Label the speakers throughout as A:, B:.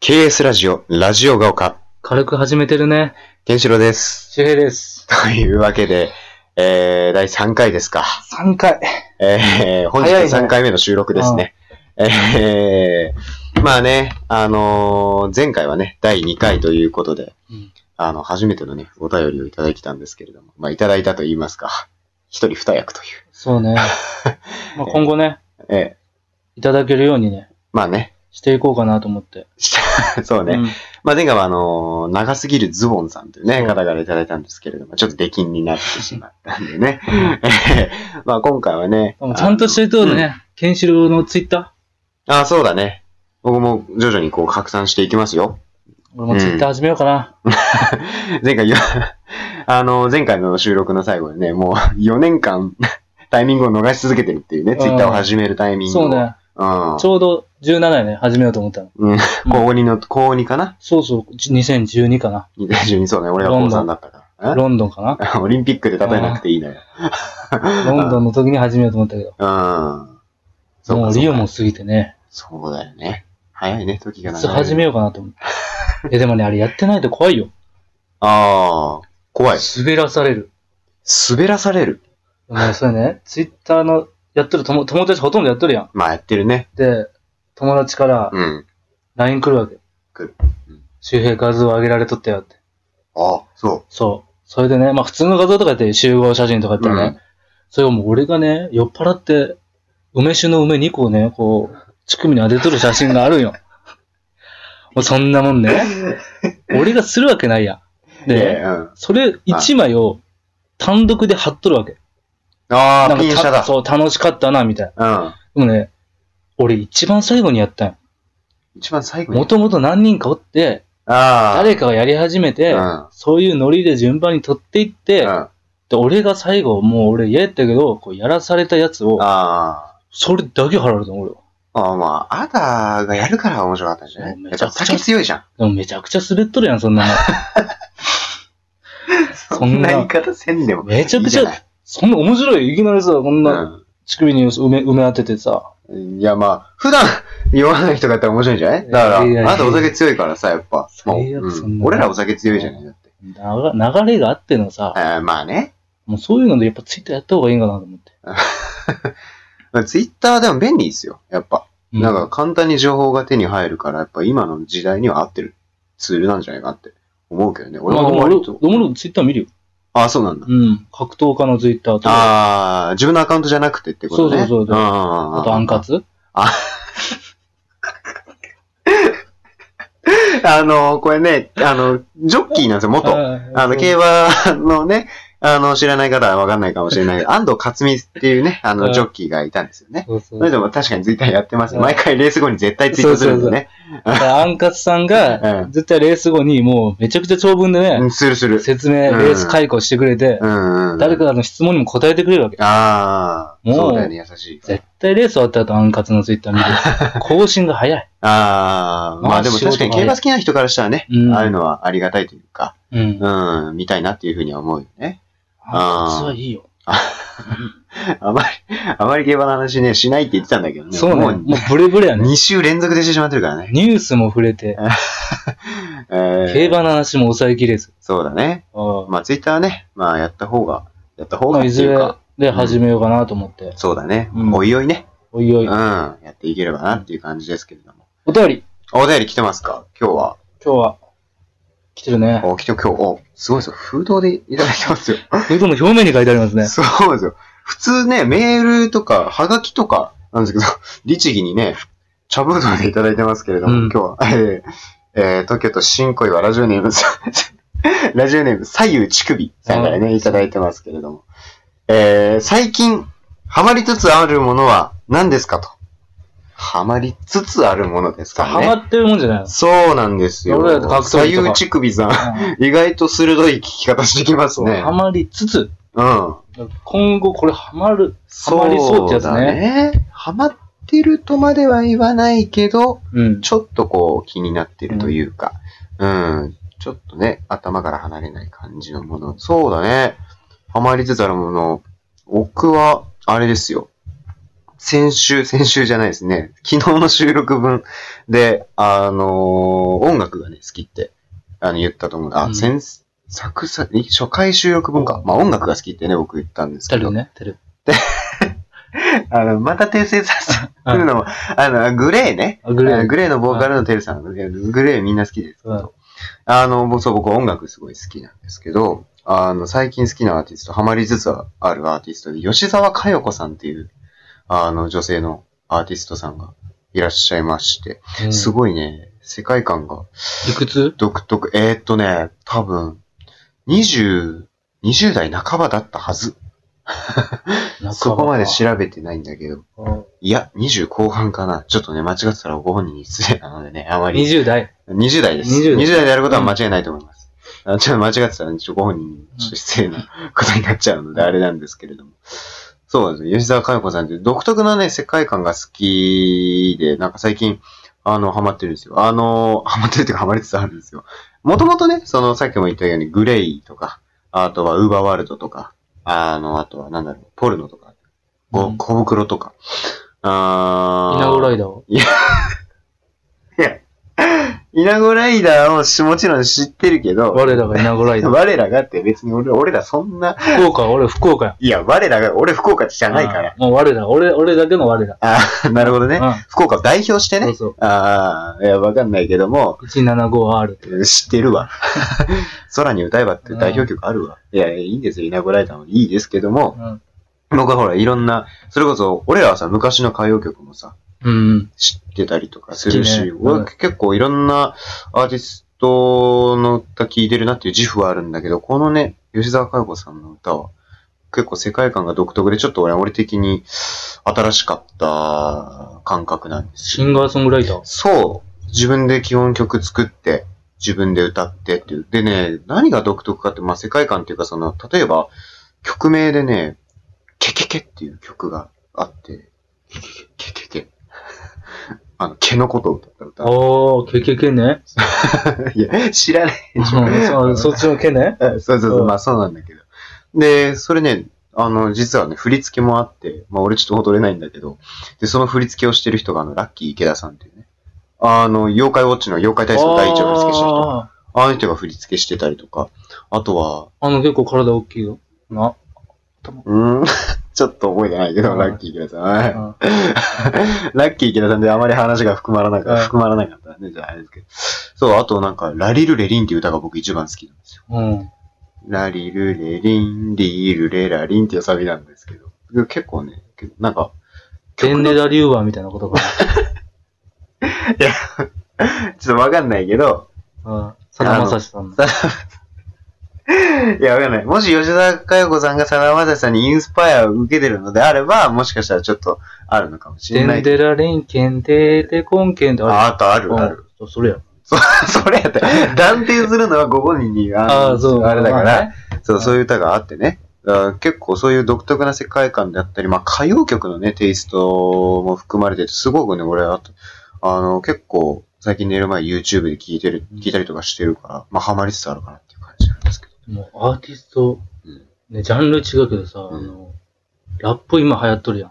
A: KS ラジオ、ラジオが丘、
B: 軽く始めてるね。
A: ケンシロウです。
B: 周平です。
A: というわけで、えー、第3回ですか。
B: 3回。
A: えー、本日
B: 早いね
A: 3回目の収録ですね。えー、まあね、あのー前回はね、第2回ということで、
B: うん
A: あの、初めてのね、お便りをいただきたんですけれども、まあ、いただいたと言いますか、一人二役とい
B: そうね。 まあ今後ね、
A: う。えー、
B: いただけるようにね、
A: まあね、
B: していこうかなと思って。
A: そうね。
B: うん
A: まあ、前回はあのー長すぎるズボンさんというね、
B: そう
A: 方からいただいたんですけれども、ちょっと出禁になってしまったんでね。 まあ、今回はね。
B: でもちゃんとしてるとね、ケンシロウのツイッタ
A: あ、そうだね。僕も徐々にこう拡散していきますよ。
B: ー俺もツイッター始めようかな。
A: 前回よ、 あの、前回の収録の最後でね、もう4年間タイミングを逃し続けてるっていうね、
B: ん
A: ツイッターを始めるタイミングを。
B: そうね。
A: うん。
B: ちょうど17やね、始めようと思ったの。
A: うん。高2の、高2かな
B: そうそう、2012かな。
A: ?2012 そうね。俺は高3だったから。
B: ロンド ンかな。
A: えオリンピックで例えなくていいのよ。
B: ロンドンの時に始めようと思ったけど。
A: うん。そうか
B: もう
A: そう
B: リオ
A: か
B: も過ぎてね、
A: そうだよね。早いね、時が
B: いつ始め
A: よ
B: ようかなと思って。え、でもね、あれやってないと怖いよ。
A: ああ、怖い。
B: 滑らされる。
A: 滑らされる。
B: でもねそれね、ツイッターの、やっとる友、友達ほとんどやっとるやん。
A: まあやってるね。
B: で、友達から
A: うん。
B: LINE 来るわけ。
A: 来るうん
B: 周平画像上げられとったよって。
A: ああ、そ
B: そう。それでね、まあ普通の画像とかやって集合写真とかやったらね、
A: うん
B: それをもう俺がね、酔っ払って、梅酒の梅2個をね、こう、乳首に当てとる写真があるんよ。 もうそんなもんね、俺がするわけないやん。
A: う。ええ
B: で、
A: うん。
B: それ1枚を単独で貼っとるわけ。
A: ああ、
B: か
A: ピンシャだ。
B: たそう、楽しかったな、みたいな。
A: うん。
B: でもね、俺一番最後にやったんよ。
A: 一番最後に
B: も。ともと何人かおって、
A: ああ。
B: 誰かがやり始めて、
A: うん
B: そういうノリで順番に取っていって、
A: うん。あ
B: で俺が最後、もう俺嫌やったけど、こうやらされたやつを、
A: あ。
B: それだけ払うと思うよ。
A: ああ、まあ、あなたがやるから面白かったんじゃない
B: もう
A: め
B: め
A: ち
B: ち
A: ゃ
B: ゃ
A: く
B: く
A: ち
B: ち
A: ゃ
B: ゃ
A: 酒強いじゃん。
B: でもめちゃくちゃ滑っとるやん、そんな
A: そ
B: そ
A: ん
B: んな
A: な言い方せんでも。
B: の。めちゃくち
A: い
B: ゃ
A: いじない
B: そんな面白い。いきなりさ、こんな乳首に埋め埋め当ててさ、
A: うん。いや、まあ、普段言わない人がやったら面白いんじゃないだから、あ
B: いやいやいや
A: なたお酒強いからさ、やっぱ。もう
B: 最悪そん
A: うん
B: な
A: 俺らお酒強いじゃないだって。
B: 流流れがあってのさ、
A: あーまあね。
B: もうそういうのでやっぱツイッターやった方がいいんかなと思って。
A: ツイッターでも便利ですよ、やっぱ。
B: うん
A: なんか簡単に情報が手に入るから、やっぱ今の時代には合ってるツールなんじゃないかって思うけどね。俺
B: まあ、
A: も
B: 俺
A: 割
B: も
A: と。
B: 俺もツイッター見るよ。
A: あ、そうなんだ。
B: うん。格闘家のツイッターとか、
A: ああ、自分のアカウントじゃなくてってことね。
B: そうそうそう
A: あ
B: あとアンカツ
A: あの、これね、あの、ジョッキーなんですよ、元。あの、競馬のね、あの、知らない方はわかんないかもしれないけど、安藤克美っていうね、あ
B: う
A: の、
B: ん
A: ジョッキーがいたんですよね。
B: そうそう
A: それでも確かにツイッターやってます。
B: うん
A: 毎回レース後に絶対ツイートするんでね。
B: だからアンカツさん
A: う
B: が、
A: ん
B: 絶対レース後にもうめちゃくちゃ長文で
A: う
B: ね、
A: ん、するする。
B: 説明、
A: うん
B: レース解雇してくれて
A: う、んうん。
B: 誰かの質問にも答えてくれるわけ。
A: ああ、
B: もう
A: そうだよね、優しい。
B: 絶対レース終わった後アンカツのツイッター見て、 更新が早い。
A: ああ、ま
B: ま
A: あ
B: あ
A: でも
B: 仕
A: 確
B: 事
A: かに
B: が
A: 競馬好きな人からしたらね、
B: うん
A: ああいうのはありがたいというか、
B: うん。
A: うん、見たいなっていうふうには思うよね。
B: アンカツはいいよ。
A: あまり、あまり競馬の話ね、しないって言ってたんだけどね。
B: そうね。もう
A: も
B: ブレブレや
A: う
B: ね。
A: 2週連続でしてしまってるからね。
B: ニュースも触れて、
A: えー
B: 競馬の話も抑えきれず。
A: そうだね。
B: あ
A: まあツイッターね、まあやった方が、やった方
B: あま
A: がっ
B: あ、い
A: て
B: ず
A: いう
B: れ
A: か、
B: で始めようかなと思って。
A: そうだね
B: う。ん
A: おいおいね、
B: おいお
A: うん、
B: い。
A: やっていければなっていう感じですけれども。
B: お便り、
A: お便り来てますか今日は。
B: 今日は、来てるね。
A: お、来て今日、お、すごいですよ。封筒でいただいてますよ。
B: フードの表面に書いてありますね。
A: そうですよ。普通ね、メールとか、はがきとか、なんですけど、 律儀にね、茶ぶどうでいただいてますけれども、
B: うん
A: 今日は、えーえー東京都新小岩ラジオネーム、 ラジオネーム、左右乳首さんからね、いただいてますけれども、えー最近、ハマりつつあるものは何ですかと。ハマりつつあるものですから
B: ハ
A: ね。
B: マってるもんじゃないの
A: そうなんですよ
B: 俺らと。格闘技とか
A: 左右乳首さん、
B: うん
A: 意外と鋭い聞き方してきます
B: そう
A: ね
B: ハ。マりつつ、
A: うん。
B: 今後これハマる。ハマりそうってやつね
A: だね。ハマってるとまでは言わないけど、
B: うん。
A: ちょっとこう気になってるというか、うん、ちょっとね、頭から離れない感じのもの。そうだね。ハマりつつあるもの。僕は、あれですよ。先週、先週じゃないですね。昨日の収録分で、あのー音楽がね、好きって、あの、言ったと思う。あ、
B: うん
A: 先、作さ、初回収録分か。まあ、音楽が好きってね、僕言ったんですけ
B: て
A: ど
B: る。ね、てる。
A: あの、また訂正させて
B: あ
A: くるのも、あの、グレーね。
B: あグレー
A: あのグレーのボーカルのテルさん。グレーみんな好きですけ
B: うん
A: ど。あの、僕、そう、僕音楽すごい好きなんですけど、あの、最近好きなアーティスト、ハマりつつあるアーティストで、吉沢佳代子さんっていう、あの、女性のアーティストさんがいらっしゃいまして、
B: うん
A: すごいね、世界観が
B: いくつ
A: 独特、えー、っとね、多分、20、20代半ばだったはず。そこまで調べてないんだけど。
B: うん
A: いや、20後半かな。ちょっとね、間違ってたらご本人に失礼なのでね、あまり。
B: 20代。
A: 20代です。20,
B: 20
A: 代でやることは間違いないと思います。あちょっと間違ってたら、ちょっとご本人にちょっと失礼なことになっちゃうので、あれなんですけれども。そうですね。吉沢佳代子さんって独特なね、世界観が好きで、なんか最近、あの、ハマってるんですよ。あの、ハマってるっていうか、ハマりつつあるんですよ。もともとね、その、さっきも言ったように、グレイとか、あとは、ウーバーワールドとか、あの、あとは、なんだろう、ポルノとか、
B: う
A: こ
B: ん
A: 小袋とか、あー
B: 稲子ライダー。
A: イナゴライダーをしもちろん知ってるけど、
B: 我らが稲子ライ ダー。
A: 我らがって別に俺俺らそんな、
B: 福岡、俺福岡や。
A: いや、我らが、俺福岡じゃないから。。
B: もう我ら、俺、俺だけの我ら。
A: ああ、なるほどね。
B: う
A: 福岡を代表して
B: ん。そう
A: ね。
B: そう。
A: ああ、いや、わかんないけども、
B: 175R って。
A: 知ってるわ。 空に歌えばって代表曲あるわ。いや、いいんですよ、イナゴライダーもいいですけども、
B: うん。
A: 僕はほら、いろんな、それこそ、俺らはさ、昔の歌謡曲もさ、
B: うん。
A: 知ってたりとかするし、
B: 好きね
A: 俺
B: うん
A: 結構いろんなアーティストの歌聴いてるなっていう自負はあるんだけど、このね、吉沢佳代子さんの歌は、結構世界観が独特で、ちょっと俺俺的に新しかった感覚なんです
B: シ
A: よ。
B: ンガーソングライター。
A: そう。自分で基本曲作って、自分で歌ってっていう。でね、何が独特かって、まあ、世界観っていうか、その、例えば、曲名でね、ケケケっていう曲があって、ケケケケケ。あの、毛のことを歌った歌。
B: おー、KKK ね。
A: いや、知らないでしょ。
B: そうそっちの K ね。
A: そうそうそうう、
B: ん
A: まあそうなんだけど。で、それね、あの、実はね、振り付けもあって、まあ俺ちょっと踊れないんだけど、で、その振り付けをしてる人が、あの、ラッキー池田さんっていうね、あの、妖怪ウォッチの妖怪体操第一を振り付けした人、
B: あ
A: あの人が振り付けしてたりとか、あとは、
B: ーあの結構体大きいよ。な。
A: うーん、 ちょっと覚えてないけど、
B: うん
A: ラッキー池田さん。はい
B: うん
A: ラッキー池田さんであまり話が含まらなかっ
B: うん
A: た、含まらなかったね、じゃああれですけど。そう、あとなんか、ラリルレリンっていう歌が僕一番好きなんですよ。
B: うん。
A: ラリルレリン、リルレラリンっていうサビなんですけど、結構ね、結構なんか、
B: デン
A: の
B: レダリューバーみたいなことか
A: ちょっとわかんないけど、
B: な。うん。さだまさしさんの。
A: いや、わかんない。もし吉田佳代子さんがさだまさしさんにインスパイアを受けてるのであれば、もしかしたらちょっとあるのかもし
B: デ
A: れな
B: ン
A: い。
B: デラレンケンデーテコンケンって
A: あ、
B: あ
A: あとあ
B: る
A: るある。
B: うん。それや。
A: そ れやって、断定するのはご本人に、あの
B: ああ、そう。
A: あれだか
B: ま
A: ら
B: あ、ね。
A: そうう、
B: ん
A: そういう歌があってね。だから結構そういう独特な世界観であったり、まあ歌謡曲のね、テイストも含まれてて、すごくね、俺は、あの、結構最近寝る前 YouTube で聴いてる、聴いたりとかしてるから、まあハマりつつあるかなっていう感じなんですけど。
B: もうアーティスト
A: うん、
B: ね、ジャンル違うけどさ、
A: うん
B: あの、ラップ今流行っとるやん。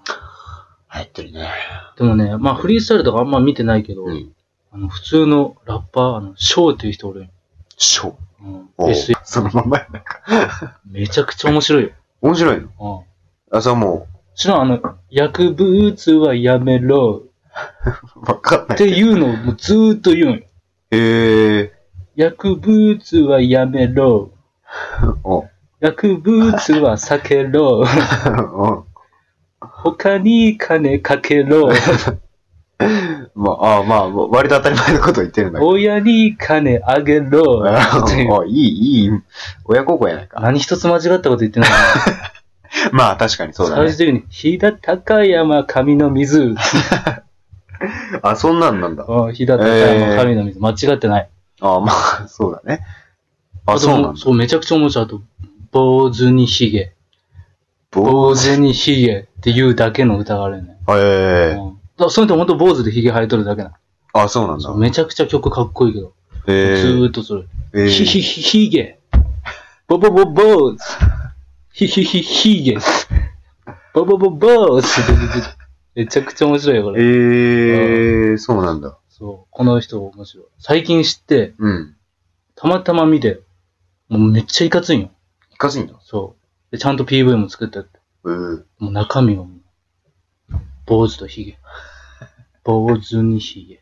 A: 流行ってるね。
B: でもね、まあフリースタイルとかあんま見てないけど、
A: うん。
B: あの普通のラッパー、あの、ショーっていう人おるやん。
A: ショー。
B: うん
A: おう
B: SE
A: そのまんまやなんか。
B: めちゃくちゃ面白いよ。
A: 面白いの
B: うん。
A: あ、そうも
B: 知らん、あの、薬物はやめろ
A: う、わかんない。
B: っていうのをもうずーっと言うんよ。
A: へえ
B: 薬物はやめろ。
A: ー。おうん。
B: 薬物は避けろ。他に金かけろ。
A: まあ、あまあ、割と当たり前のこと言ってるんだけど。
B: 親に金あげろ。ってい う
A: おいい、いい、親孝行やないか。
B: 何一つ間違ったこと言ってない。
A: まあ確かにそうだ
B: 最
A: ね
B: 終。的に、飛騨高山神の 水。
A: あ、そんなんなんだ。
B: うん飛騨高山神の水。間違ってない。
A: あまあ、 そうだね。あ、
B: と
A: そ
B: も
A: うなんだ。
B: そう、めちゃくちゃ面白い。あと、坊主にヒゲ。
A: ぼ
B: 坊主にヒゲっていうだけの歌があるよね。
A: ええ。
B: うんだからその人ほんと坊主でヒゲ生えとるだけな。
A: あ、そうなん
B: そ
A: だ
B: う。めちゃくちゃ曲かっこいいけど。ず
A: え
B: ーっとそれ。
A: え。
B: ヒヒヒヒゲ。ボボボボーズ。ヒヒヒヒゲ。ボボボボーズ。 めちゃくちゃ面白いよ、こ
A: え
B: れ。
A: ー、そうなんだ。
B: そう。この人面白い。最近知って、
A: うん。
B: たまたま見て、もうめっちゃいかついんよ。
A: いかついんだ。
B: そう。で、ちゃんと PV も作ってって。
A: うー。
B: もう中身はもう、坊主とヒゲ。坊主にヒゲ。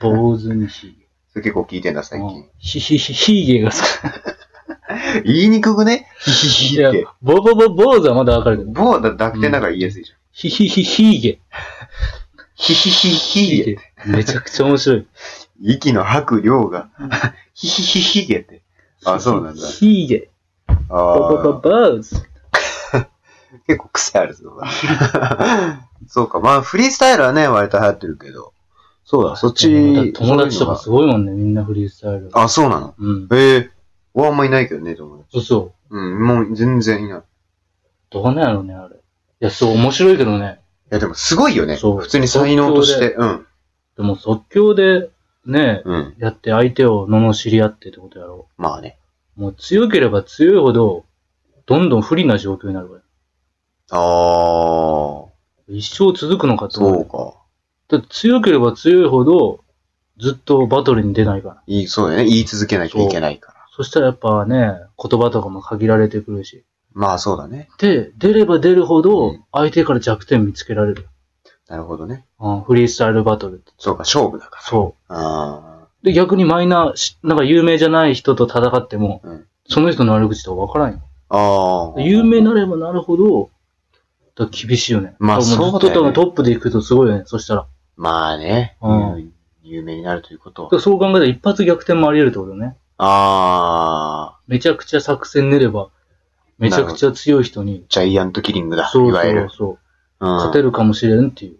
B: 坊主にヒゲ。
A: それ結構聞いてんだ、 最
B: うん
A: 近。
B: ヒヒヒヒゲが好き。
A: 言いにくくねヒヒ
B: い
A: ヒ
B: や
A: って。、
B: ぼぼぼ坊主はまだわかるけど。
A: 棒だ、濁点だから言いやすいじゃん。
B: ヒヒヒヒゲ。
A: ヒヒヒヒゲ。
B: めちゃくちゃ面白い。
A: 息の吐く量が、 ヒヒヒヒゲって。あ、そうなんだ。
B: ヒゲ。ぼぼぼ
A: あー
B: 坊主。
A: 結構癖あるぞ。 そうか、まあ、フリースタイルはね、割と流行ってるけど。そうだ、そっち、
B: 友達とかす
A: そういうの
B: ごいもんね、みんなフリースタイル。
A: があ、そうなの
B: うん。
A: ええー。俺あんまいないけどね、友達。
B: そうそう。
A: うん、もう全然いない。い
B: どうなんやろうね、あれ。いや、そう、面白いけどね。
A: や、でもすごいよね。
B: そう
A: 普通に才能として。うん。
B: でも即興で、ね、
A: うん。
B: やって相手を罵り合ってってことやろ
A: まあね。
B: もう強ければ強いほど、どんどん不利な状況になるから。
A: ああ、
B: 一生続くのかと
A: そ
B: 思う
A: う。か。
B: だって強ければ強いほど、ずっとバトルに出ないから。
A: いい、そうだよね。言い続けなきゃいけないから。
B: そしたらやっぱね、言葉とかも限られてくるし。
A: まあそうだね。
B: で、出れば出るほ
A: う
B: ど
A: ん、
B: 相手から弱点見つけられる。
A: なるほどね。
B: うん、フリースタイルバトルって。
A: そうか、勝負だから。
B: そう。
A: あ
B: で、逆にマイナーし、なんか有名じゃない人と戦っても、
A: うん
B: その人の悪口とか分からんよ。
A: あ。ああ。
B: 有名になればなるほど、だから厳しいよね。
A: まあ
B: 多分
A: そうだよね
B: ずっと多分トップで行くとすごいよね、そしたら。だか
A: まあね。
B: う
A: 有有名になるということは。
B: らそう考えたら一発逆転もあり得るってことよね。
A: ああ。
B: めちゃくちゃ作戦練れば、めちゃくちゃ強い人に、
A: ジャイアントキリングだ。
B: そう
A: いわ
B: そ
A: ゆ
B: う
A: る。
B: そう、
A: うん
B: 勝てるかもしれんっていう。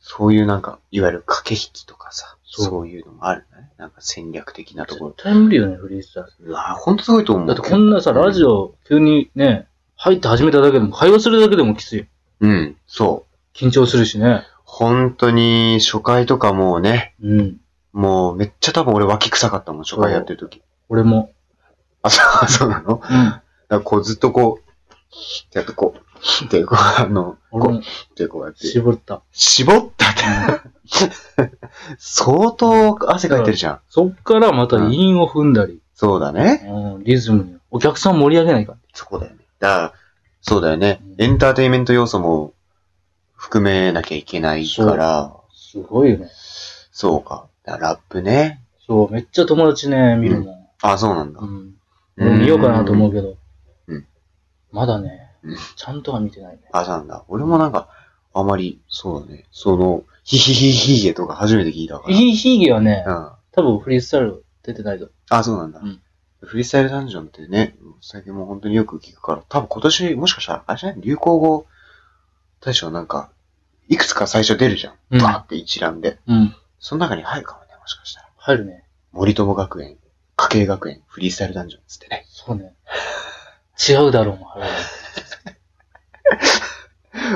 A: そういうなんか、いわゆる駆け引きとかさ。
B: そう
A: そういうのもあるんだね。なんか戦略的なところ
B: 絶。対無理よね、フリースタイル。
A: うわぁ、ほんとすごいと思う。
B: だってこんなさ、ラジオ急にね、入って始めただけでも、会話するだけでもきついよ。
A: うん、そう。
B: 緊張するしね。
A: 本当に、初回とかもうね、
B: うん。
A: もうめっちゃ多分俺脇臭かったもん、初回やってる時。
B: 俺も。
A: あ、そう、そうなのだか
B: うん。
A: らこうずっとこう、ってやってこう、ってこう、あの、
B: 俺
A: こう、っ
B: も
A: てこうやって。
B: 絞った。
A: 絞ったって。相当汗かいてるじゃん。
B: そっからまた韻を踏んだり、
A: そうだね。
B: うんリズムに。お客さん盛り上げないか
A: そこだよね。だから、そうだよね
B: うん。
A: エンターテインメント要素も含めなきゃいけないから、
B: ら。すごいよね。
A: そうか。だからラップね。
B: そう、めっちゃ友達ね、見るもん。
A: あ、そうなんだ
B: うん。。俺見ようかなと思
A: う。
B: うんけど。
A: うん
B: まだね
A: うん、
B: ちゃんとは見てないね。
A: あ、そうなんだ。俺もなんか、あまり、そうだね。その、ヒヒヒヒゲとか初めて聞いたか
B: ヒーヒーゲはね、
A: ら。うん。
B: 多分フリースタイル出てないぞ。
A: あ、そうなんだ
B: うん。
A: フリースタイルダンジョンってね、最近もう本当によく聞くから、多分今年もしかしたら、あれじゃない流行語大賞なんか、いくつか最初出るじゃん。
B: うん
A: バーって一覧で。
B: うん。
A: その中に入るかもね、もしかしたら。
B: 入るね。
A: 森友学園、家計学園、フリースタイルダンジョンっつってね。
B: そう ね。違うだろうも入らない。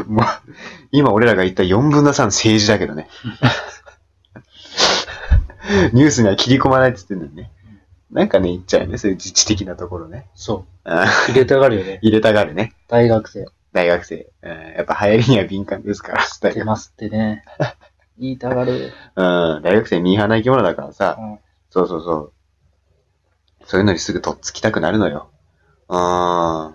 A: もう、今俺らが言った4分の3政治だけどね。 ニュースには切り込まないって言ってんのにね。なんかね、言っちゃうよね。そういう自治的なところね。
B: そう。
A: あー
B: 入れたがるよ ね。
A: 入れたがるね。
B: 大学生。
A: 大学生。うんやっぱ流行りには敏感ですから。大
B: 出
A: 学
B: ますって ね。言いたがる。
A: うん、大学生ミーハーな生き物だからさ。
B: うん
A: そうそうそう。そういうのにすぐとっつきたくなるのよ。うん。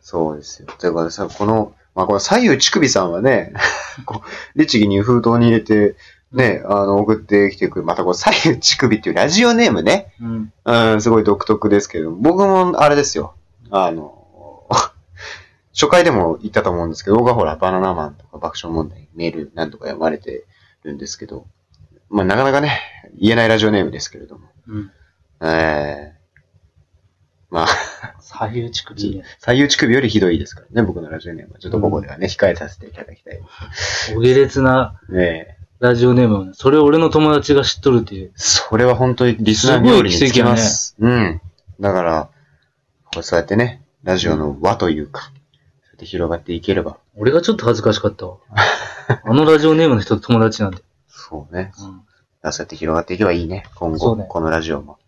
A: そうですよ。ということでさ、この、まあ、この左右乳首さんはね、 こう、律儀に封筒に入れて、ね、あの、送ってきてくる。またこの左右乳首っていうラジオネームね。
B: うん。
A: うん、すごい独特ですけど、僕もあれですよ。あの、 初回でも言ったと思うんですけど、僕はほら、バナナマンとか爆笑問題、メールなんとか読まれてるんですけど、まあなかなかね、言えないラジオネームですけれども、
B: うん。
A: ええまあ、
B: 左右乳首いいね。
A: 左右乳首よりひどいですからね、僕のラジオネームは。ちょっとここではね、控えさせていただきたい。
B: お下劣な
A: ねえ
B: ラジオネームをね、それを俺の友達が知っとるっていう。
A: それは本当にリスナー冥利につきます。うん。だから、こうそうやってね、ラジオの輪というか、そうやって広がっていければ。
B: 俺がちょっと恥ずかしかったわ。 あのラジオネームの人と友達なんて。
A: そうね。だか
B: うん。
A: らそうやって広がっていけばいいね。今
B: そ
A: 後、
B: うね
A: このラジオも。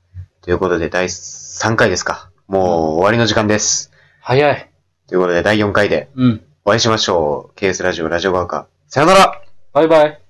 A: ということで、第3回ですか。もう終わりの時間です。
B: 早い。
A: ということで、第4回で
B: うん。
A: お会いしましょう。KS ラジオ、ラジオガーカー。さよなら
B: バイバイ。